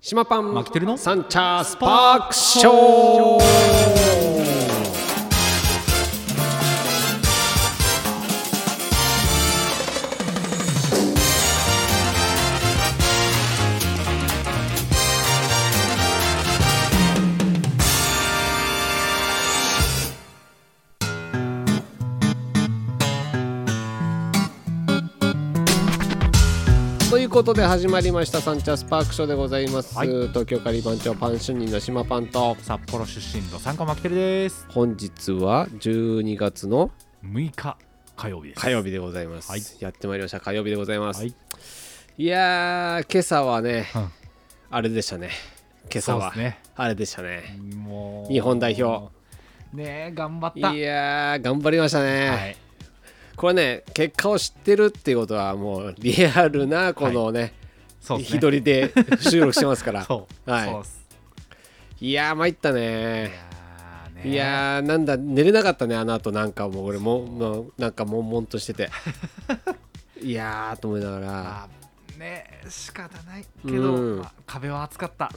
島パンマキテルのサンチャースパークショーということで始まりましたサンチャースパークショーでございます、はい東京カリバン町パン主任の島パンと札幌出身の参加マキテルです本日は12月の6日火曜日です火曜日でございます、はいやってまいりました火曜日でございます、、はいいやー今朝はね、うんあれでしたね今朝は、そうですねあれでしたねもう日本代表ねえ頑張っいたやー頑張りましたね、はいこれね結果を知ってるっていうことはもうリアルなこのね,、そうですね日取りで収録してますから そうはいそうっすいやー参ったいねやーねいやーなんだ寝れなかったねあの後なんかもう俺ももうなんか悶々として ていやーと思いながらまあねえ仕方ないけど、うんまあ壁は厚かった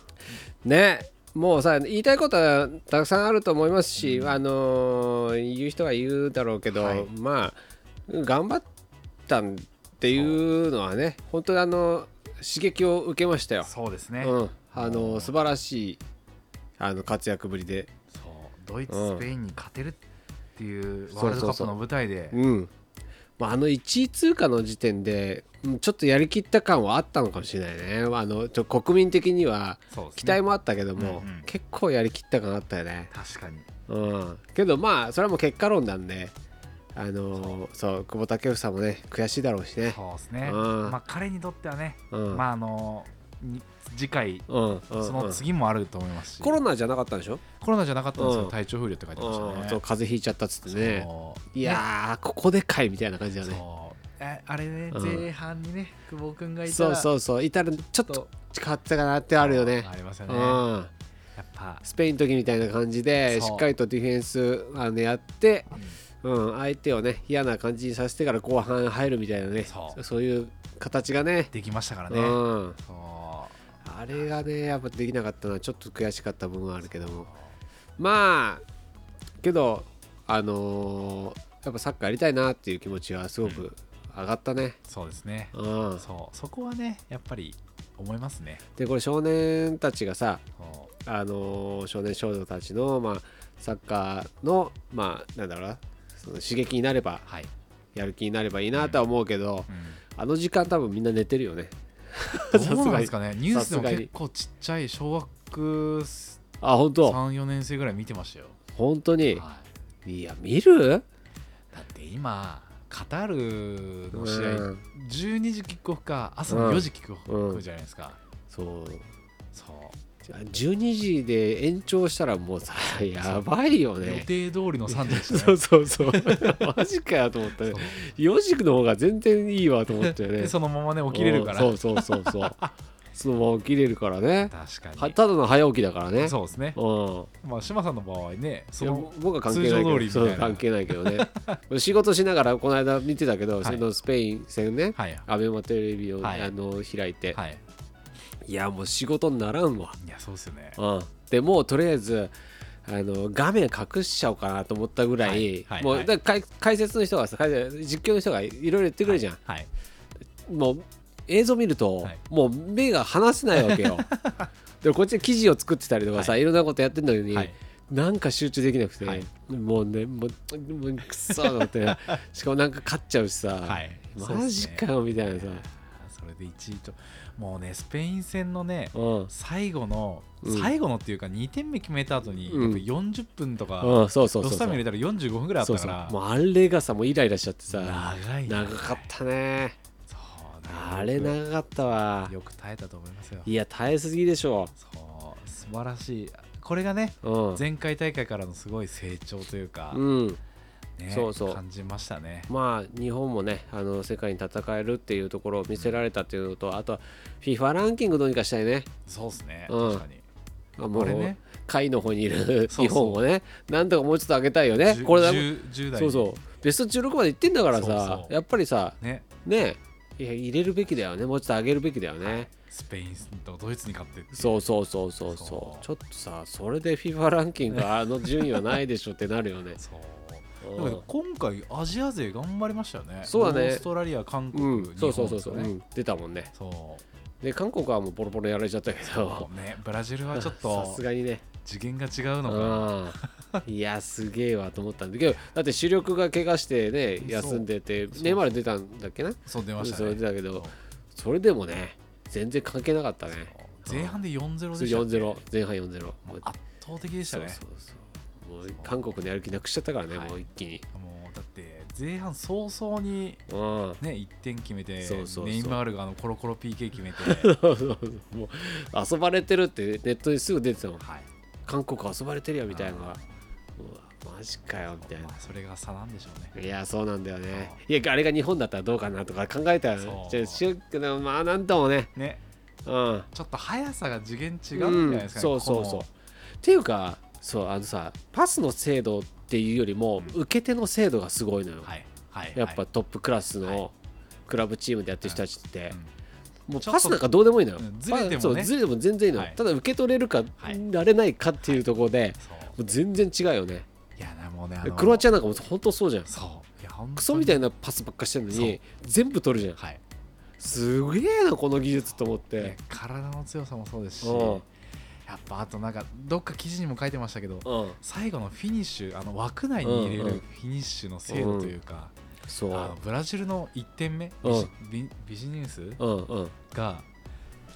ねもうさ言いたいことはたくさんあると思いますし、あのー言う人は言うだろうけど、はいまあ頑張ったっていうのはね本当にあの刺激を受けましたよ、そうですね、うん、あの素晴らしいあの活躍ぶりで、そうドイツ、うんスペインに勝てるっていうそうそうそうワールドカップの舞台でうんまあ、あの1位通過の時点でうんちょっとやりきった感はあったのかもしれないねあのちょ国民的にはそうですね期待もあったけども、うんうん結構やりきった感あったよね。確かにうん、けどまあそれはもう結果論なんで、あのーそう久保建英もね悔しいだろうしねそうですね、うんまあ彼にとってはね、うんまああのに次回うんうんうんその次もあると思いますし、コロナじゃなかったんでしょ、コロナじゃなかったんですけど、うん体調不良って書いてましたうん。ねそう風邪ひいちゃったっつってねそういやーここでかいみたいな感じだねねそうああれね、うん前半にね、久保君がいたそらうそうそういたらちょっちょっと変わったかなってあるよねありますようね。やんっぱ、スペインの時みたいな感じでそうしっかりとディフェンスあのやって、うんうん、相手をね嫌な感じにさせてから後半入るみたいなねそういう形がねできましたからね。うん、そあれがねやっぱできなかったのはちょっと悔しかった部分はあるけどうもまあけどあのーやっぱサッカーやりたいなっていう気持ちはすごく上がったね。そうですね。うん、そうそこはね、やっぱり思いますね。でこれ少年たちがさ、そあのー少年少女たちの、まあ、サッカーの、まあ、なんだろうなその刺激になればうはい、やる気になればいいなとは思うけど、うんあの時間多分みんな寝てるよ ね。どうなんですかね、ニュースでもさすがに結構ちっちゃい小学3、あ本当4年生ぐらい見てましたよ。本当にはいや見るだって今カタールの試う合ん12時キックオフか朝の4時キックオフじゃないですか、そうそうじゃあ12時で延長したらもうさやばいよ予ね。定通りの3時でしたそねうそうそう マジかよと思ったねそう4時の方が全然いいわと思ったよねで そのままね起きれるからうんそうそうそう そうそのまま起きれるからね確かにはただの早起きだからねそうですねうんまあ島さんの場合ねそいやのぼ僕は関係ないけど通常通りみたいなそう関係ないけどね 仕事しながらこの間見てたけど、いそのスペイン戦ね、はいはアベマテレビを、はいあの開いて、いい、やもう仕事にならんわ、いやそうですよねうん、でもうとりあえずあの画面隠しちゃおうかなと思ったぐらい、はいはいもうはいだから解解説の人がさ解説実況の人がいろいろ言ってくるじゃん、はいもう映像見ると、はいもう目が離せないわけ よでこっちで記事を作ってたりとかさ、、はいろんなことやってんのに、はいなんか集中できなくて、はいもうねもうもうくそーと思って ねしかもなんか勝っちゃうしさ、はいマジかよみたいなさ、それで1位ともうねスペイン戦のねうん最後のうん最後のっていうか2点目決めた後にうんやっぱ40分とかうん、そうそうロそうスタそイム入うれたら45分ぐらいあっそたうかそうらもうあれがさもうイライラしちゃってさ長い長かったねそうあれ長かったわよく耐えたと思いますよいや耐えすぎでしょそう素晴らしいこれがねうん、前回大会からのすごい成長というか、うん、ねそうそう感じましたねまあ日本もねあの世界に戦えるっていうところを見せられたっていうのとあとは FIFA ランキングどうにかしたいねそうですね、うん確かにあもこれうね下位の方にいるそうそう日本をねなんとかもうちょっと上げたいよねじゅこれだ 10, 10代そうそうベスト16まで行ってんだからさそうそうやっぱりさねねいや入れるべきだよねもうちょっと上げるべきだよね、ススペインとドイツに勝ってっていうそうそうそうそうそそう、うちょっとさそれで FIFA ランキングあの順位はないでしょってなるよね そううんだけど今回アジア勢頑張りましたよねそうだねオーストラリア韓国、うん、日そ本うそうそうそう、ですうよん、ね出たもんねそで韓国はもうボロボロやられちゃったけどうねブラジルはちょっ さとすがにね次元が違うのかうんいやすげえわと思ったんだけどだって主力が怪我してね休んでてそうネイマール出たんだっけなそう出ましたそれね出たけどそうそれでもね全然関係なかったね前半で4-0でしたっけ4-0前半4-0もう圧倒的でしたそうねそうそうもう韓国のやる気なくしちゃったからねはいもう一気にもうだって前半早々にうん ね1点決めてそうそうそうネイマールがあのコロコロ PK 決 めてもう遊ばれてるってネットにすぐ出てたもんはい韓国遊ばれてるよみたいなのがうわマジかよみたいなまあそれが差なんでしょうねいやそうなんだよねいやあれが日本だったらどうかなとか考えたよねそうじゃあシュックのまあなんともねねうんちょっと速さが次元違違うんじゃないですかね、そうそうそうっていうかそうあのさパスの精度っていうよりもうん受け手の精度がすごいのよ、はいはいやっぱはトップクラスはのクラブチームでやってる人たちってい、もうちょっとパスなんかどうでもいいのようんずれてもねパスそうずれても全然いいのよ、はいただ受け取れるか、はいられないかっていうところで、そうもう全然違うよねいやなもうねあのクロアチアなんかもう本当そうじゃんそういや本当にクソみたいなパスばっかしてるのに全部取るじゃんはい、すげえなこの技術と思っねて体の強さもそうですしうんやっぱあとなんかどっか記事にも書いてましたけどうん最後のフィニッシュあの枠内に入れうんうんるフィニッシュの精度というか、そうあのブラジルの1点目、うビんジビビジネスうんうんが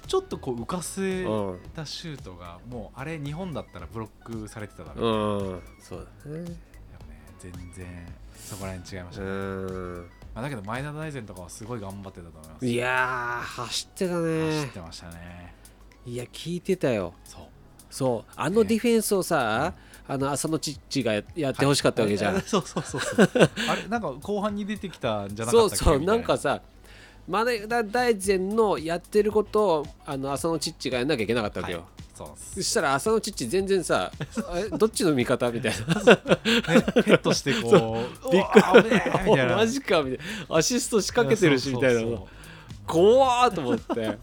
ちょっとこう浮かせうんたシュートがもうあれ日本だったらブロックされてただろううんそうだねやっぱね全然そこら辺違いましうた、ねんまあ、だけど前田大然とかはすごい頑張ってたと思いますいやー走ってた走っねてましたねいや聞いてたよそうそうあのディフェンスをさ、あの浅野チッチがやってほしかったわけじゃん、あ そうそうそうそうあれなんか後半に出てきたんじゃなかそっうたっけそうみたないんかさ前田大然のやってることをあの浅野チッチがやんなきゃいけなかったわはけいよ、そうなんでそすしたら浅野チッチ全然さえどっちの味方みたいなねヘッドしてこうううわ危ねえみたい なマジかみたいなアシスト仕掛けてるしみたいそうそうなそう怖ーと思って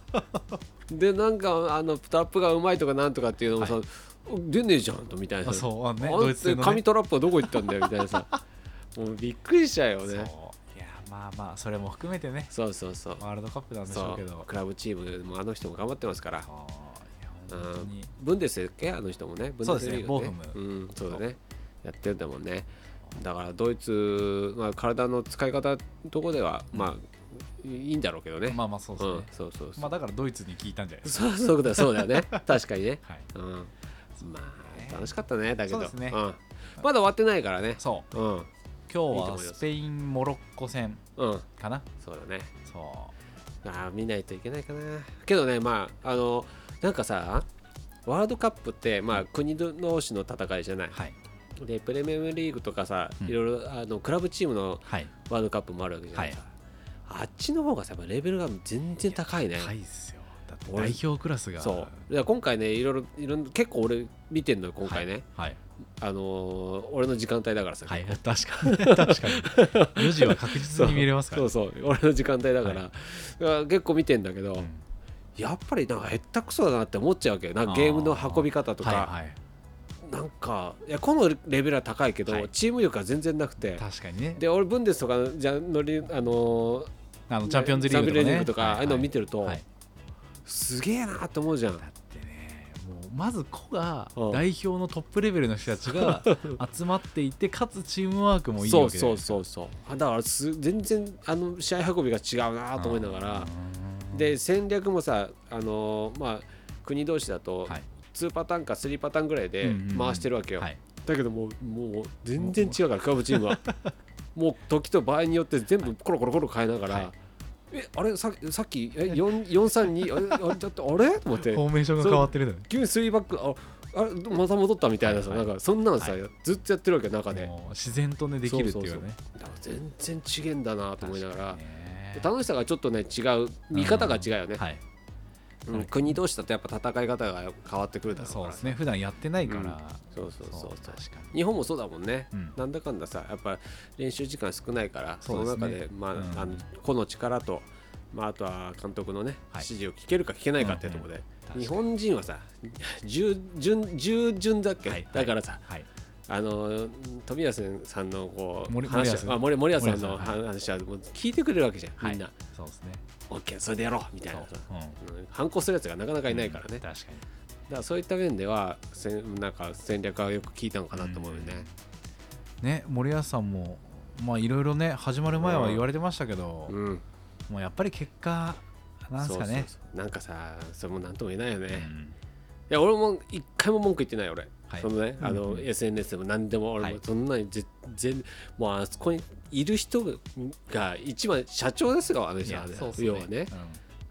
でなんかあのタップがうまいとかなんとかっていうのもさ、出ねえじゃんとみたいなあそうあねあんドイツ戦のね紙トラップはどこ行ったんだよみたいな さもうびっくりしちゃうよそうねいやまあまあそれも含めてねそうそうそうワールドカップなんでしそょうけうどそうクラブチームもあの人も頑張ってますからいやう本当んにブンデスだっけあの人もねブンデスリーそうグですねねボーフうんそうだねやってんだもんねだからドイツ、まあ、体の使い方のとこでは、まあいいんだろうけどねまあまあそうですね、うん、そうそうそう、まあだからドイツに聞いたんじゃないですそうそうだそうだよね確かにね、かはいうん、まねあ楽しかったねだけどそうですねん、まだ終わってないからねそううんいい今と日は思いますスペイン、モロッコ戦うんかな。そうだねそああ見ないといけないかなけどねまああのなんかさワールドカップって、まあ、国同士の戦いじゃない、う。はい。でプレミアムリーグとかさ、うんいろいろあのクラブチームのはい。ワールドカップもあるわけじゃないですか、あっちの方がさやっぱレベルが全然高いね高いっすよ。だって俺代表クラスが。そうだから今回ねいろいろいろん結構俺見てんのよ今回ね、はい。あのー俺の時間帯だからさ、はい。はい。確かに。確かに。4時は 確実に見れますから。そううそう俺の時間帯だから、だから結構見てんだけど、んやっぱりなんかへったくそだなって思っちゃうわけどなんかゲームの運び方とか、はい。はい。なんかいやこのレベルは高いけど、はいチーム力が全然なくて確かにね。で俺ブンデスとかじゃのりあのーあのチャンピオンズリーグチャンピオンズリーグととかね。かああいうのを見てると、はい。すげえなと思うじゃんだってね、もうまず子がうん代表のトップレベルの人たち が集まっていて、かつチームワークもいいそわうけそうそうそうあだからす全然あの試合運びが違うなと思いながら、で戦略もさあのーまあ国同士だとはい2パターンか3パターンぐらいで回してるわけよ、はい。だけどもうもう全然違うからクラブチームは もう時と場合によって全部コロコロコロ変えながら、はいえあれささっきえ4 432あれあれ だってあれと思ってフォーメーションが変わってるのよね急に3バックああれまた戻ったみたいなさ、はいはいなんかそんなのさ、ずっとやってるわけよ中で、もう自然とねできるっていうねそうそうだから全然違えんだなと思いながら、確かにねで楽しさがちょっとね違う見方が違うよね、はいうん国同士だとやっぱ戦い方が変わってくるだろうそうからですね普段やってないから、うんそうそうそうそう確かに日本もそうだもんね、うんなんだかんださやっぱ練習時間少ないからそ,、そうでのすね中で、まあうんあの個の力とまあ、あとは監督のね、はい指示を聞けるか聞けないかっていうところで、うんうん日本人はさ従順従順だっけ、はいだからさ、はいあの富安さんのこう森話森保はあ森森保さん森の保さん話はもう聞いてくれるわけじゃん、みんな、そうですね OK それでやろうみたいなさ、そううんうん反抗するやつがなかなかいないからね、うんだか確からそういった面ではせんなんか戦略はよく効いたのかなと思うよね、にね森保さんもまあいろいろね始まる前は言われてましたけど、うんもうやっぱり結果なんすかねそうそうそうなんかさそれもなんとも言えないよね、ういんや俺も一回も文句言ってない俺、はいそのねあの、うんうん SNS でも何でも俺はもいそんなに全然もうあそこにいる人が一番社長ですよあのい人はやねそうっす要はね、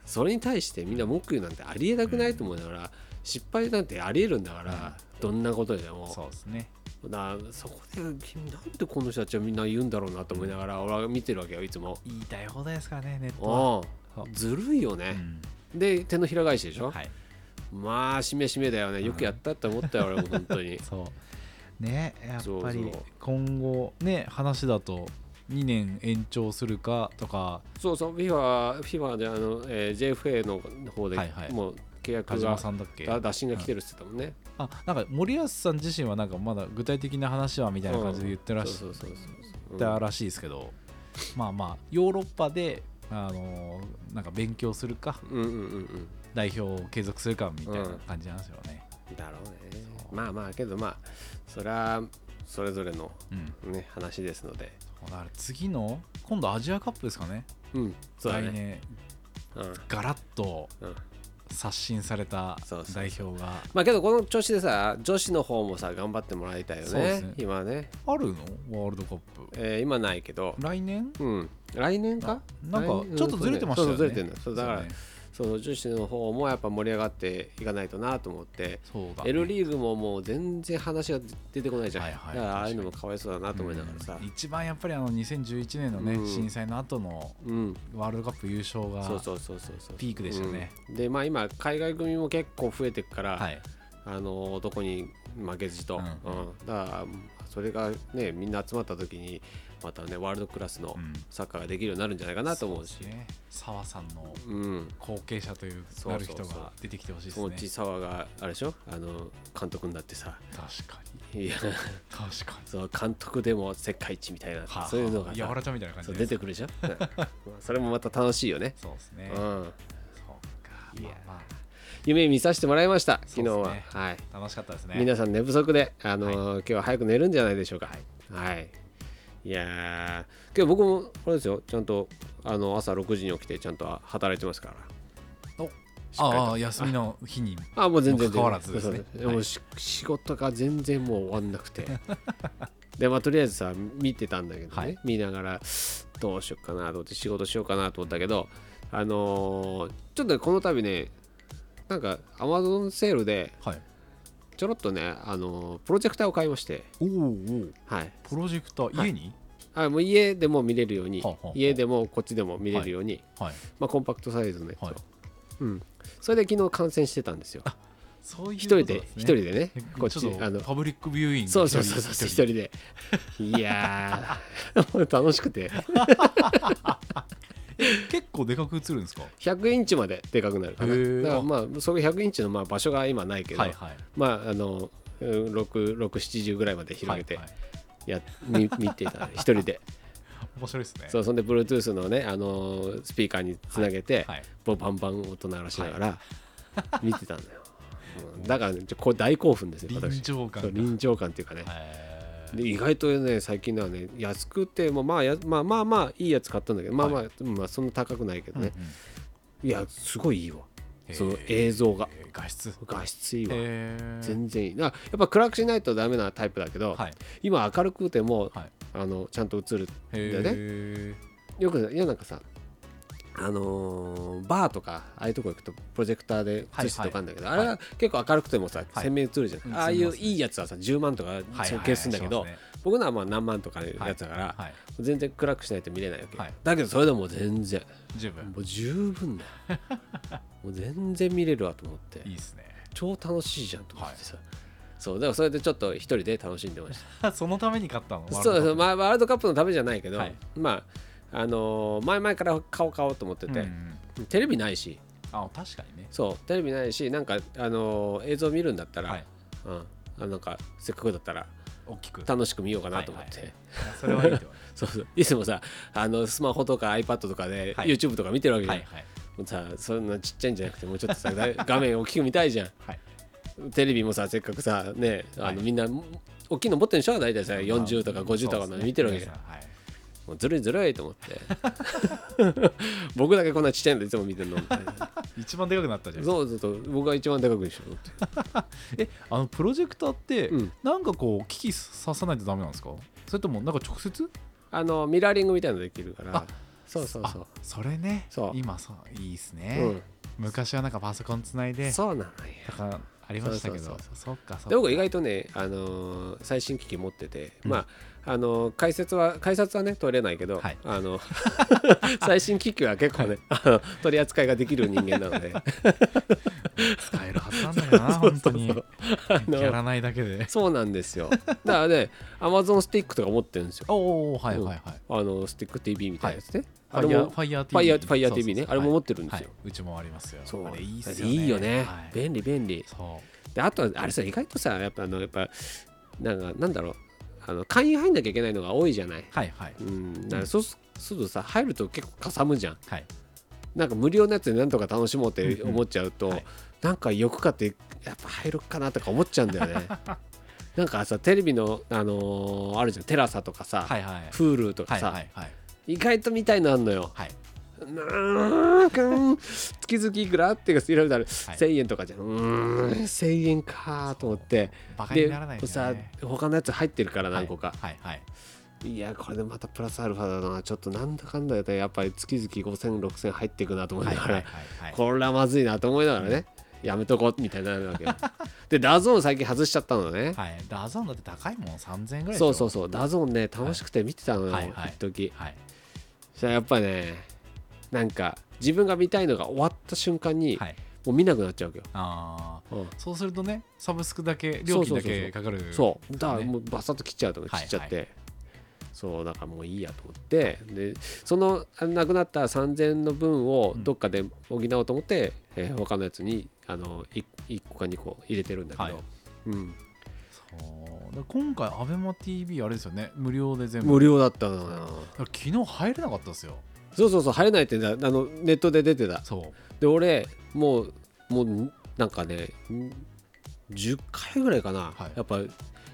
それに対してみんな文句言うなんてありえなくないと思いながら、失敗なんてありえるんだから、どんなことでうんもそうですねなそこで君なんでこの人たちはみんな言うんだろうなと思いながら俺は見てるわけよいつも。言いたい放題ですからねネットはああそうずるいようね、んで手のひら返しでしょ、はいまあしめしめだよねよくやったって思ったよ、 俺も本当にそうねやっぱそうりそう今後ね話だと2年延長するかとかそうそう FIFA, FIFA であの、えー JFA の方ではいはいもう契田約が、島さんだっけだ打診が来てるって言ってたもんね、あなんか森保さん自身はなんかまだ具体的な話はみたいな感じで言ってらっしゃそうそうそうそううんたらしいですけど、まあまあヨーロッパで、あのーなんか勉強するかうんうんうんうん代表を継続するかみたいな感じなんですよね。だろうねまあまあけどまあそれはそれぞれのうんね話ですのでだから次の今度アジアカップですかねうんそうだ来ね年うんガラッとうん刷新されたそうそうそう代表がまあけどこの調子でさ女子の方もさ頑張ってもらいたいよそうですねね今ね、あるのワールドカップえー今ないけど来年うん来年かなんか来年ちょっとずれてましたよね。そうそうずれてんだよそうだからそうねその女子の方もやっぱ盛り上がっていかないとなと思ってそうだね L リーグももう全然話が出てこないじゃん、はいはいだからああいうのもかわいそうだなと思いながらさうん一番やっぱりあの2011年のね、うん震災の後のうん、ワールドカップ優勝がそうそうそうそうそうピークでしたね、うんでまあ今海外組も結構増えてくから、はいあのどこに負けじと、ううんんだからそれがねみんな集まった時にまたねワールドクラスのうんサッカーができるようになるんじゃないかなと思うし、ね澤さんのうん、後継者というそうなそるうそう人が出てきてほしいでそのうちすね澤があれでしょあの監督になってさ確かにいや 確かにそう監督でも世界一みたいな、は あそういうのがやわさらちゃんみたいな感そじうで出てくるじゃ んうんそれもまた楽しいよね、そうですね、う、そうんかいまやあま夢見させてもらいました昨日そうっは、すねはいあ楽しかったですね皆さん寝不足で、あのー今日は早く寝るんじゃないでしょうか。はい。い、やー、けど僕もあれですよ、ちゃんとあの朝6時に起きて、ちゃんとは働いてますから。おしっかりとああ休みの日 にあもう全然もう関わらずですねそうそうはいもうし仕事が全然もう終わんなくてでまあとりあえずさ見てたんだけどね、はい見ながらどうしようかなと思って仕事しようかなと思ったけどあのーちょっとねこの度ねなんかアマゾンセールではいちょろっとねあのープロジェクターを買いましておーおーはいプロジェクター、はい家にあもう家でも見れるように、はあはあはあ家でもこっちでも見れるように、はいまあ、コンパクトサイズのやつを、はいうん、それで昨日観戦してたんですよそういう一こと人すねで一人でねこっちちょっとあのパブリックビューイングそうそうそうそう一人でいやー もう楽しくて結構でかく映るんですか100インチまででかくなるかへなーだからまあそこ100インチのまあ場所が今ないけど、はいはいまああの670ぐらいまで広げてはいはいや、み見てた一 人で面白いですねそうそんで Bluetooth のねあのースピーカーにつなげて、はいもうバンバン音鳴らしながら見てたんだよ、うんだからねちょこう大興奮です よ臨場感そう臨場感っていうかね、へーで意外とね最近のはね安くてもまあやまあまあまあいいやつ買ったんだけど、まあまあ、まあそんな高くないけどね、うんうんいやすごいいいわへーその映像がえー画質画質いいわへー全然いいだからやっぱ暗くしないとダメなタイプだけど、はい今明るくても、はいあのちゃんと映るへだーよくいやなんかさあのーバーとかああいうとこ行くとプロジェクターで映してとかあるんだけど、はいはいあれは結構明るくてもさ、はい鮮明に映るじゃん、うんああい映りまうすねいいやつはさ10万とかはい尊敬するんだけど、はいはい僕のはまあ何万とかのやつだから、はい全然暗くしないと見れないわけ、はいだけどそれでも全然十分もう十分だよ もう全然見れるわと思っていいですね 超楽しいじゃんと思ってさ、そうだからそれでちょっと一人で楽しんでましたそのために買ったのそうそう、ワールドカッまあ、ワールドカップのためじゃないけど、はいまああのー前々から買おう買おうと思ってうんうて、んテレビないしあ確かにねそうテレビないしなんか、あのー映像見るんだったら、はいうん、あのなんかせっかくだったら大きく楽しく見ようかなと思って、はいはいそれはいい と思いまそうそういつもさあのスマホとか iPad とかで、はい YouTube とか見てるわけすじゃはん、いもはいうさそんなちっちゃいんじゃなくてもうちょっとさだい 画面大きく見たいじゃんはいテレビもさせっかくさねあのみんな大きいの持ってるでしょ大体さ40とか50とかの見てるわけじゃん、はいもうずるいずるいと思って 僕だけこんなちっちゃいのいつも見てるのみたいな一番でかくなったじゃんそうそうそう僕が一番高くにしようってえあのプロジェクターって、うんなんかこう機器刺さないとダメなんですかそれともなんか直接あのミラーリングみたいなのできるからあそうそうそうあそれねそう今そういいですね、うん昔はなんかパソコンつないでそうなのよだからありましたけどそそうっそうかそでっか僕意外とね、あのー最新機器持ってて、うんまああのー解説は解説はね取れないけど、はいあの 最新機器は結構ね、あの取り扱いができる人間な ので使えるはずなんだよ な本当にそうあのやらないだけでそうなんですよだからねアマゾンスティックとか持ってるんですよおおはいはいはい、あのスティック TV みたいなやつね、フあァイれヤーもファイヤーファイヤーファイヤー TV ねあれも持っってるんですよ、うちもありますよそうあれいいっすよねいいよね、はい、便利便利そであとはあれさ意外とさやっぱあのやっぱなんかなんだろうあの会員入んなきゃいけないのが多いじゃないうはいはいうんだからそうすするとさ入ると結構かさむじゃんはいなんか無料のやつでなんとか楽しもうって思っちゃうと、うんはいなんか欲かってやっぱ入るかなとか思っちゃうんだよ ねなんかさテレビの、あのーあるじゃんテラサとかさ、はいはいプールとかはいさ、はいはい意外と見たいのあんのよはい、なんかうん月々いくらっていうかいろいろある、1000円とかじゃんうーん1000円かと思ってバカにでならないですよさね他のやつ入ってるから何個か、はいはいいやこれでまたプラスアルファだなちょっとなんだかんだでやっぱり月々50006000入っていくなと思いはないがはら、いはいはいこれはまずいなと思いながらね、やめとこうみたいになるわ けよでダゾーン最近外しちゃったのね、はいダゾーンだって高いもん3000円ぐらいでしそょうそうそうダゾーンね楽しくて見てたのよ、はいはい一時はいそしたらやっぱねなんか自分が見たいのが終わった瞬間に、はいもう見なくなっちゃうわけよ、あーうんそうするとねサブスクだけ料金だけかかるそうだからねもうバサッと切っちゃうとかはい切っちゃって、そうだからもういいやと思ってでそのあなくなった3000の分をどっかで補おうと思って、えー他のやつにあの 1, 個か2個入れてるんだけど、はいうん、そうだから今回 ABEMATV あれですよね無料で全部無料だったのよだから昨日入れなかったですよそうそうそう入れないってなあのネットで出てたそうで俺もうもうなんかねん10回ぐらいかな、はいやっぱ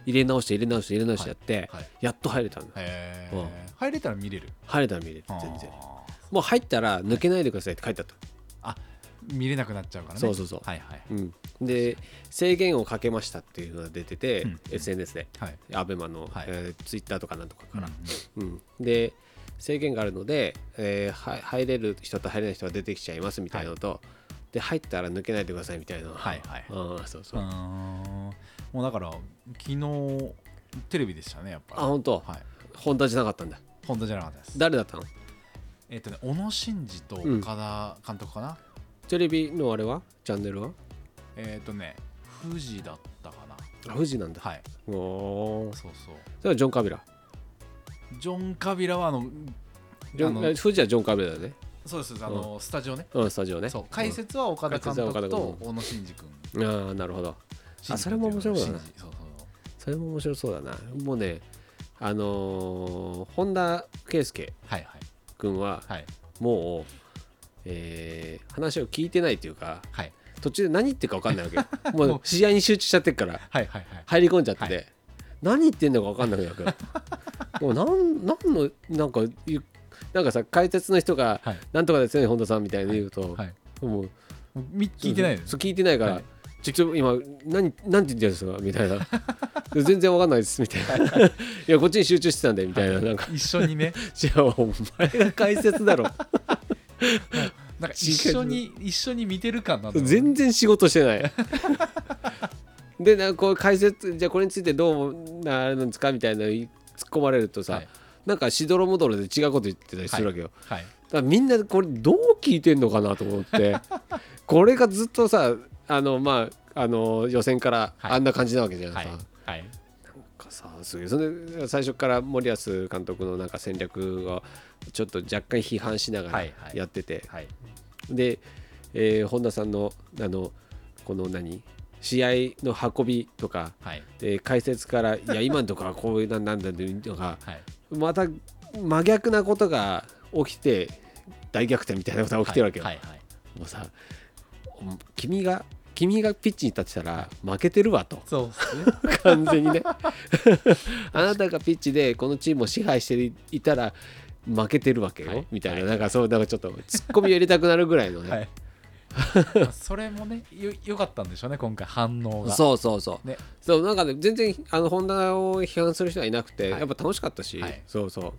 入れ直して入れ直して入れ直してやって、はいやっと入れたんだへうんえ入れたら見れる入れたら見れて全然あもう入ったら抜けないでくださいって書いてあったー見れなくなっちゃうからねそうそうそうはいはいうん、で制限をかけましたっていうのが出てて、うん SNS ではいアベマの、はいえー、ツイッターとかなんとかかうんうらん、うんで制限があるので、えーは入れる人と入れない人が出てきちゃいますみたいなのと、で入ったら抜けないでくださいみたいなのはいはいうんそうそうう、ーんあもうだから昨日テレビでしたねやっぱ本当、はい本田じゃなかったんだ本当じゃなかったです誰だったのえっとね小野伸二とうん岡田監督かなテレビのあれはチャンネルはえっとね富士だったかなあ富士なんだ、はいおーそうそうそれはジョン・カビラジョン・カビラはあのジョあンのえ富士はジョン・カビラだよね、そうですあのスタジオねうん、スタジオねそう解説は岡田監解説は岡田督監と督小野伸二う君んああなるほどあそれも面白いな伸二そうそうそれも面白そうだなもうねあのー本田圭佑はいはい君ははいもう、えー話を聞いてないというかはい途中で何言ってるか分かんないわ けよももうう試合に集中しちゃってるからはいはいはい入り込んじゃってて、は何言ってんのか分かんなくなるわ けよもうなんなんのなんかゆなんかさ解説の人がはい「なんとかですよね本田さん」みたいに言うと、はいもうもうみ聞いてないですそう聞いてないから、はいちょちょ今何何て言ってるんですかみたいな で全然わかんないですみたいな いやこっちに集中してたんでみたいな、なんか一緒にね じゃあお前が解説だろなんか一緒に一緒に見てる感なん だろうね全然仕事してないでなんかこう解説じゃあこれについてどうなるんですかみたいなの突っ込まれるとさ、はいなんかしどろもどろで違うこと言ってたりするわけよ、はいだからみんなこれどう聞いてんのかなと思ってこれがずっとさあのまああの予選からはいあんな感じなわけじゃないはいですか、はいなんかさあすげえそれで最初から森保監督のなんか戦略をちょっと若干批判しながらはいはいやってて、はいで、えー本田さんのあのこの何試合の運びとか、はいえー解説から「いや今のとこはこういうなんなんだ」とかはいまた真逆なことが起きて大逆転みたいなことが起きてるわけよ。はいはいもうさ君が君がピッチに立ってたら負けてるわとそうですね 完全にねあなたがピッチでこのチームを支配していたら負けてるわけよ、はいみたいな、はいなんかそうなんかちょっとツッコミを入れたくなるぐらいのね、 はいまあ それもねよよかったんでしょうね今回反応がそうそうそう、ねそうなんかね全然あの本田を批判する人はいなくて、はいやっぱ楽しかったし、はいそうそ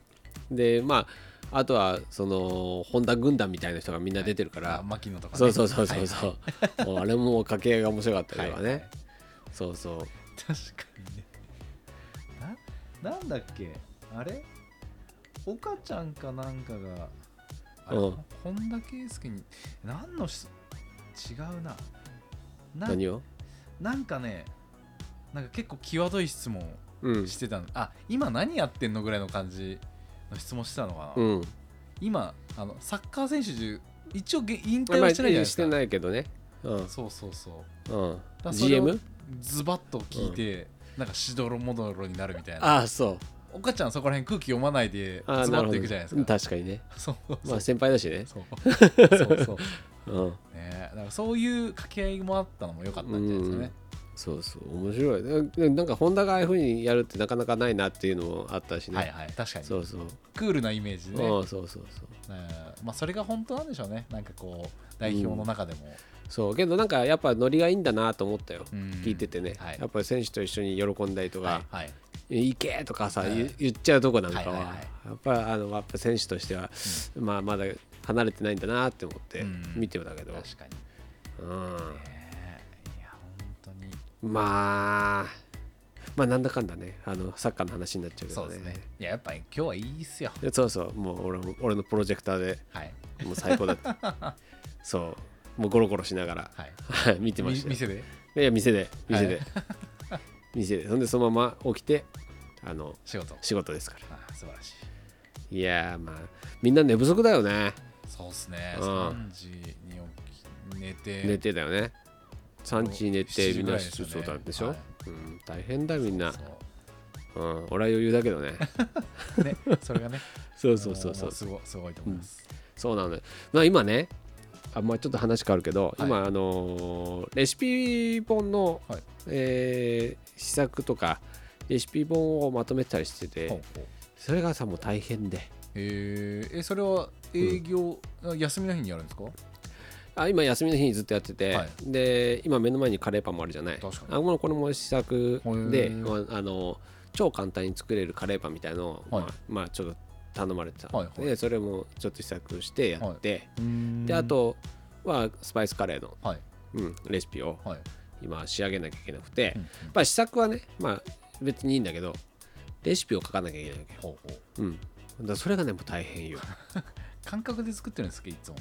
うでまああとはその本田軍団みたいな人がみんな出てるから、あ牧野とか、ね、そうそうそうそうはいそう、もうあれも掛け合いが面白かったはりいとかね、そうそう確かにねななんだっけあれ岡ちゃんかなんかがあれ、うん本田圭佑に何のし違うなな何をなんかねなんか結構際どい質問うんしてたの、あ今何やってんのぐらいの感じの質問してたのかな、うん今あのサッカー選手中一応げ引退まあはしてないじゃないですしてか、ないけどねうんそうそうそううんだ GM? ズバッと聞いて、なんかしどろもどろになるみたいなああそう岡ちゃんそこら辺空気読まないでズああバッといくじゃないですか。確かにね そうそうまあ先輩だしねそうそうそううんねだからそういう掛け合いもあったのも良かったんじゃないですかね。そうそう面白いななんかホンダがああいうふうにやるってなかなかないなっていうのもあったしね、はいはい確かにそうそう、クールなイメージでね、うんそうそうそううんまあそれが本当なんでしょうねなんかこう代表の中でも、そうけどなんかやっぱノリがいいんだなと思ったよ、うん聞いててね、はいやっぱり選手と一緒に喜んだりとか、はいはい行けとかさ、はい言言っちゃうとこなんかは,、はいはいはいやっぱあのやっぱ選手としては、まあ、まだ離れてないんだなって思ってうん見てたけど、確かに、ねうんいや本当にまあまあなんだかんだねあのサッカーの話になっちゃうけそどうねですねいややっぱり今日はいいっすよでそうそうもう俺も俺のプロジェクターではいもう最高だった そうもうゴロゴロしながら、はいはい見てまみしたよ店でいや店で店 で、は店でそんでそのまま起きてあの仕事仕事ですからあー素晴らしいいやーまあみんな寝不足だよねそうっすね、うん3時に起き寝て寝てだよね産地に寝7て時みんぐらないですそよねうなんでしょ、はいうん、大変だみんな、そうん、俺は余裕だけどねうね それがね そうそうそうそあのうすごいすごいと思います、そうなのよまあ今ねあまあ、ちょっと話変わるけど、はい今あのーレシピ本の、はいえー試作とかレシピ本をまとめてたりしててほうほうそれがさもう大変でえー、えそれは営業、あ休みの日にやるんですかあ今休みの日にずっとやってて、はいで今目の前にカレーパンもあるじゃない確かにあもうこれも試作へで、ーまああの超簡単に作れるカレーパンみたいのを、はいまあ、まあちょっと頼まれてた、はいはいでそれもちょっと試作してやって、でであとはスパイスカレーの、はいうん、レシピをはい、今仕上げなきゃいけなくて、うんうんまあ試作はね、まあ、別にいいんだけどレシピを書かなきゃいけないわけよほうほううん、だからそれがねもう大変 よ感覚で作ってるんですけどいつも、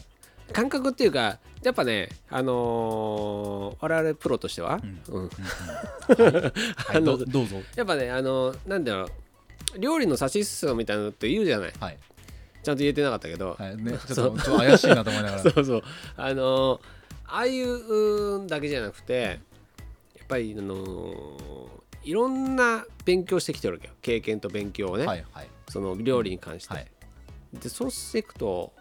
感覚っていうかやっぱねあのー我々プロとしては、うん はい、あのどどうぞやっぱねあのーなんだろう料理の指しすみたいなのって言うじゃないはい、ちゃんと言えてなかったけど、はい、ねちょっとちょっと怪しいなと思いながらそうそうあのーああいうんだけじゃなくてやっぱりあのーいろんな勉強してきてるわけよ経験と勉強をね、はいはいその料理に関して、はいでそうしていくと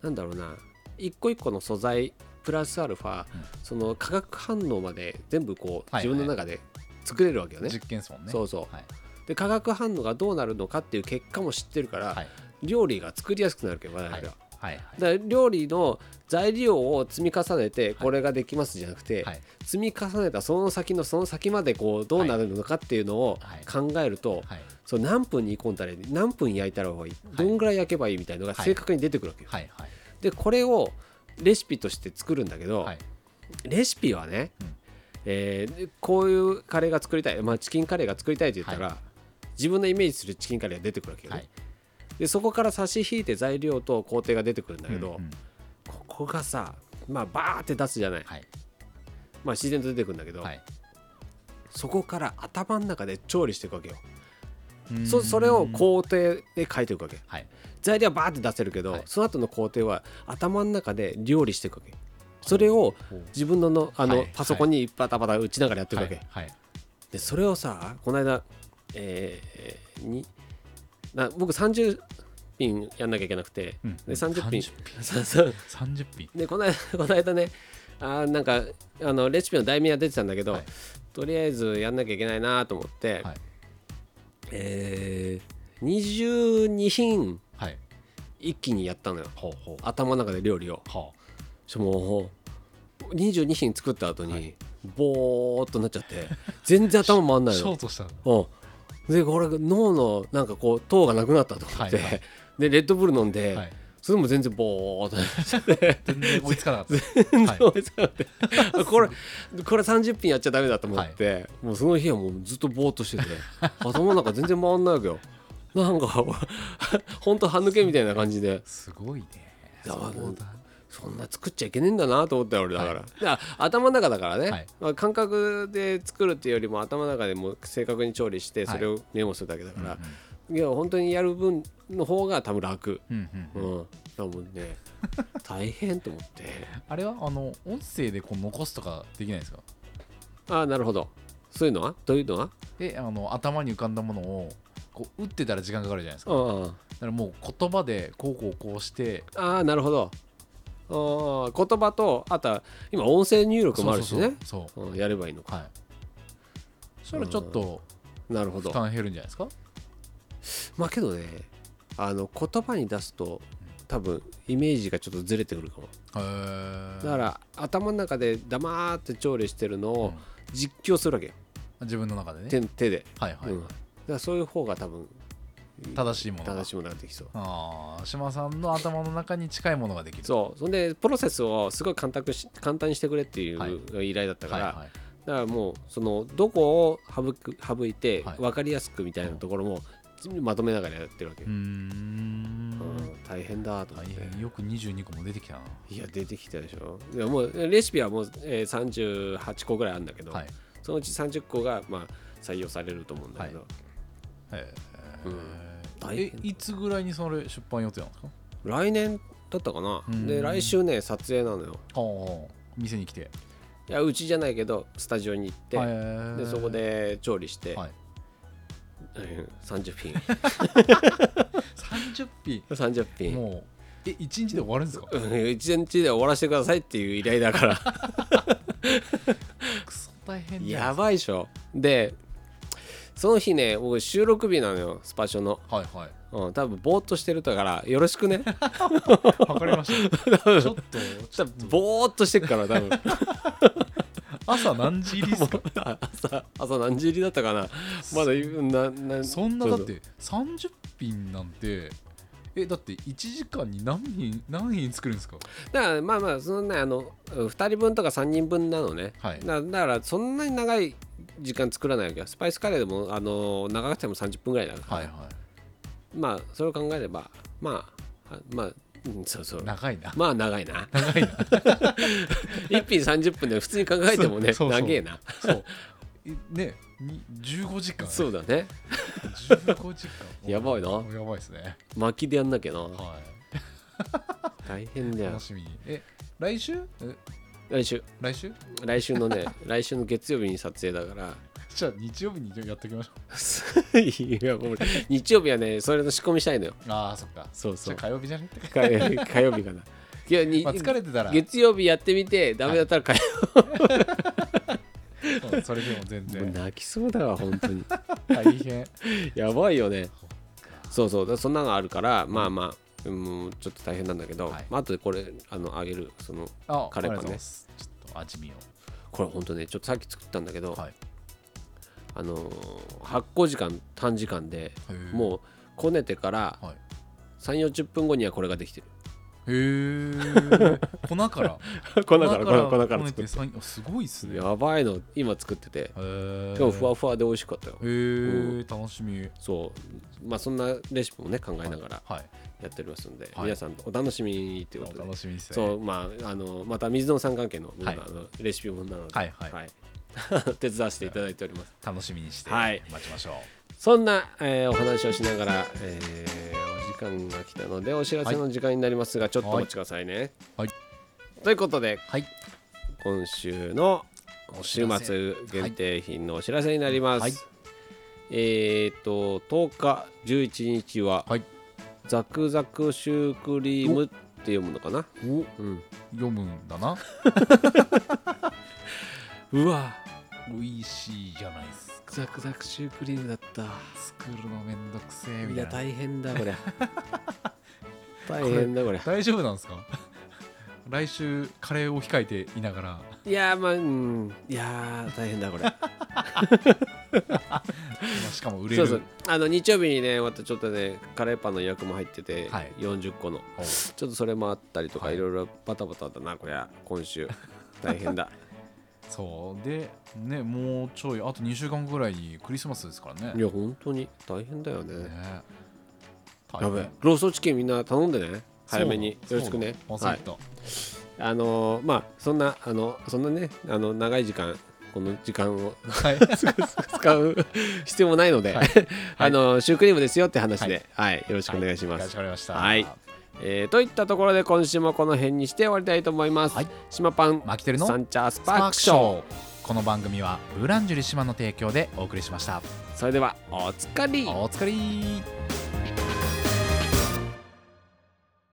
なんだろうな一個一個の素材プラスアルファ、その化学反応まで全部こうはいはい自分の中で作れるわけよね。実験ですもんねそうそうはいで化学反応がどうなるのかっていう結果も知ってるから、はい料理が作りやすくなるわけど我々は。はいはいだから料理の材料を積み重ねてこれができますじゃなくて、はい積み重ねたその先のその先までこうどうなるのかっていうのをはい考えると、はいそう何分煮込んだらいい何分焼いたらいいどんぐらい焼けばいいみたいなのがはい正確に出てくるわけよ。はいはいでこれをレシピとして作るんだけど、はいレシピはね、うんえーこういうカレーが作りたい、まあ、チキンカレーが作りたいって言ったら、は自分のイメージするチキンカレーが出てくるわけよね、はいでそこから差し引いて材料と工程が出てくるんだけど、うんうんここがさまあバーって出すじゃない、はいまあ、自然と出てくるんだけど、はいそこから頭の中で調理していくわけようんそそれを工程で書いていくわけはい材料はバーって出せるけど、はいその後の工程は頭の中で料理していくわけそれをほう自分ののあの、はいパソコンにバタバタ打ちながらやっていくはわけ、いはいでそれをさこの間、えーにな僕30品やんなきゃいけなくて、うんで30品 30そうそう30品でこの間 この間ねあーなんかあのレシピの題名は出てたんだけど、はいとりあえずやんなきゃいけないなと思って、はいえー22品はい一気にやったのよほうほう頭の中で料理をはしかも22品作った後に、はいボーっとなっちゃって全然頭回んあな いシのョートしたのうん、でこれ脳のなんかこう糖がなくなったと思って、はいはいでレッドブル飲んで、 はいそれでも全然ボーっとなっちゃって全然追いつかなかったはいそうです よねこれこれ30分やっちゃダメだと思って、もうその日はもうずっとぼーっとして て頭の中全然回んないわけよなんか ほんと歯抜けみたいな感じですごいねだからそうだそんな作っちゃいけねえんだなと思ったよ俺だから、だから頭の中だからね、はいまあ、感覚で作るっていうよりも頭の中でもう正確に調理してはいそれをメモするだけだから、うんいや本当にやる分の方が多分楽うんううんんうんだからもうね大変と思ってあれはあの音声でこう残すとかできないですかああなるほどそういうのはどういうの はであの頭に浮かんだものをこう打ってたら時間かかるじゃないですかああだからもう言葉でこうこうこうしてああなるほどあー言葉とあとは今音声入力もあるしねそうそうそううんやればいいのそうかはいそれはちょっとなるほ負ど担減るんじゃないですかまあけどねあの言葉に出すと多分イメージがちょっとずれてくるかもへーだから頭の中で黙って調理してるのうをん実況するわけよ自分の中でね手手ではいはい、うんだからそういう方が多分正しいものが正しいものができそうああ島さんの頭の中に近いものができるそうそんでプロセスをすごい簡単くし簡単にしてくれっていはう依頼だったから、はいはい、だからもうそのどこを省く省いてはい分かりやすくみたいなところもまとめながらやってるわけ、うーんうん大変だと思大って、変よく22個も出てきたいや出てきたでしょでももうレシピはもう、えー38個ぐらいあるんだけど、なはい、そのうち30個が、まあ、採用されると思うんだけど、はえーうん大え変いつぐらいにそれ出版予定なんですか来年だったかな、うんで来週ね撮影なのよああ店に来ていやうちじゃないけどスタジオに行って、へーでそこで調理して、はい、うん30品 30品30品もうえ一日で終わるんですかうん一日で終わらせてくださいっていう依頼だからクソ大変だよやばいでしょでその日ね僕収録日なのよスパショの、はいはいうん、多分ぼーっとしてるだからよろしく ねわかりま したちょっと多分ぼーっとしてるから多分 朝何時入りですか朝朝何時入りだったかなまだうんななそんなうだそうって30品なんてえだって1時間に何品何品作るんですかだからまあまあそんなあの2人分とか3人分なのね、はいだだからそんなに長い時間作らないわけよスパイスカレーでもあの長くても30分ぐらいだから、はいはまあそれを考えればまああまあ、うん、そうそうい長いなまあ長いな長いな 一品30分で普通に考えてもねそうそうそう長えなそうえねに15時間そうだね15時 間やばいなやばいですね巻きでやんなきゃなは大変いだよ楽しみにえ来週え来週来週 来週のね 来週の月曜日に撮影だからじゃあ日曜日にやっておきましょいやもう日曜日はねそれの仕込みしたいのようああそっかそうじそゃうあ火曜日じゃね火曜 火曜日かないやに、 まあ疲れてたら月曜日やってみてダメだったら火曜うんそれでも 全日、もう然泣きそうだわ本当に 大変やばいよねそうそうだそんなのあるからまあまあうんちょっと大変なんだけど、はいまあとでこれあのあげるその あカレーパンねありがとうございますちょっと味見をこれほんとねちょっとさっき作ったんだけど、はいあのー発酵時間短時間でうもうこねてからはい3 4 0分後にはこれがで きてへえ 粉からる粉から粉からこね作てっさんあすごいっすてねやばいの今作っててへえ今日ふわふわで美味しかったよへえ楽しみそうまあそんなレシピもね考えながらはいやっておりますので、はい皆さんお楽しみにということで楽しみですねそうまああのまた水野さん関係の,、はいあのレシピ本なので、はいはい 手伝わせていただいております楽しみにしてはい待ちましょう、そんな、えーお話をしながら、えーお時間が来たのでお知らせの時間になりますが、ちょっとお待ちくださいね。はいということではい今週のお知週らせ末限定品のお知らせになります。はいえっ、と10日11日は、はいザクザクシュークリームって読むのかな、おうん、読むんだなうわ美味しいじゃないですかザクザクシュークリームだった作るのめんどくせえみいたやいな大変だこ れ大変だこれ大丈夫なんですか来週カレーを控えていながらいやーまあうんいやー大変だこれ今しかも売れそるうそうあの日曜日にねまたちょっとねカレーパンの予約も入ってて、はい40個のおうちょっとそれもあったりとか、はいい、ろいろバタバタだなこりゃ今週大変 だそうでねもうちょいあと2週間後ぐらいにクリスマスですからいねや本当に大変だよねねやべえローソンチキンみんな頼んでね早めによろしくねははいいあのーまあそんなあのそんなねあの長い時間この時間を はい使う必要もないので、はいあのーシュークリームですよって話で、はいよろしくお願いしますかし、こまりましたはいえーといったところで今週もこの辺にして終わりたいと思います。はい島パンマキテルのサンチャーススパパーーククシショー。ョーこの番組はブランジュリ島の提供でお送りしましたそれではおつかり。お疲れ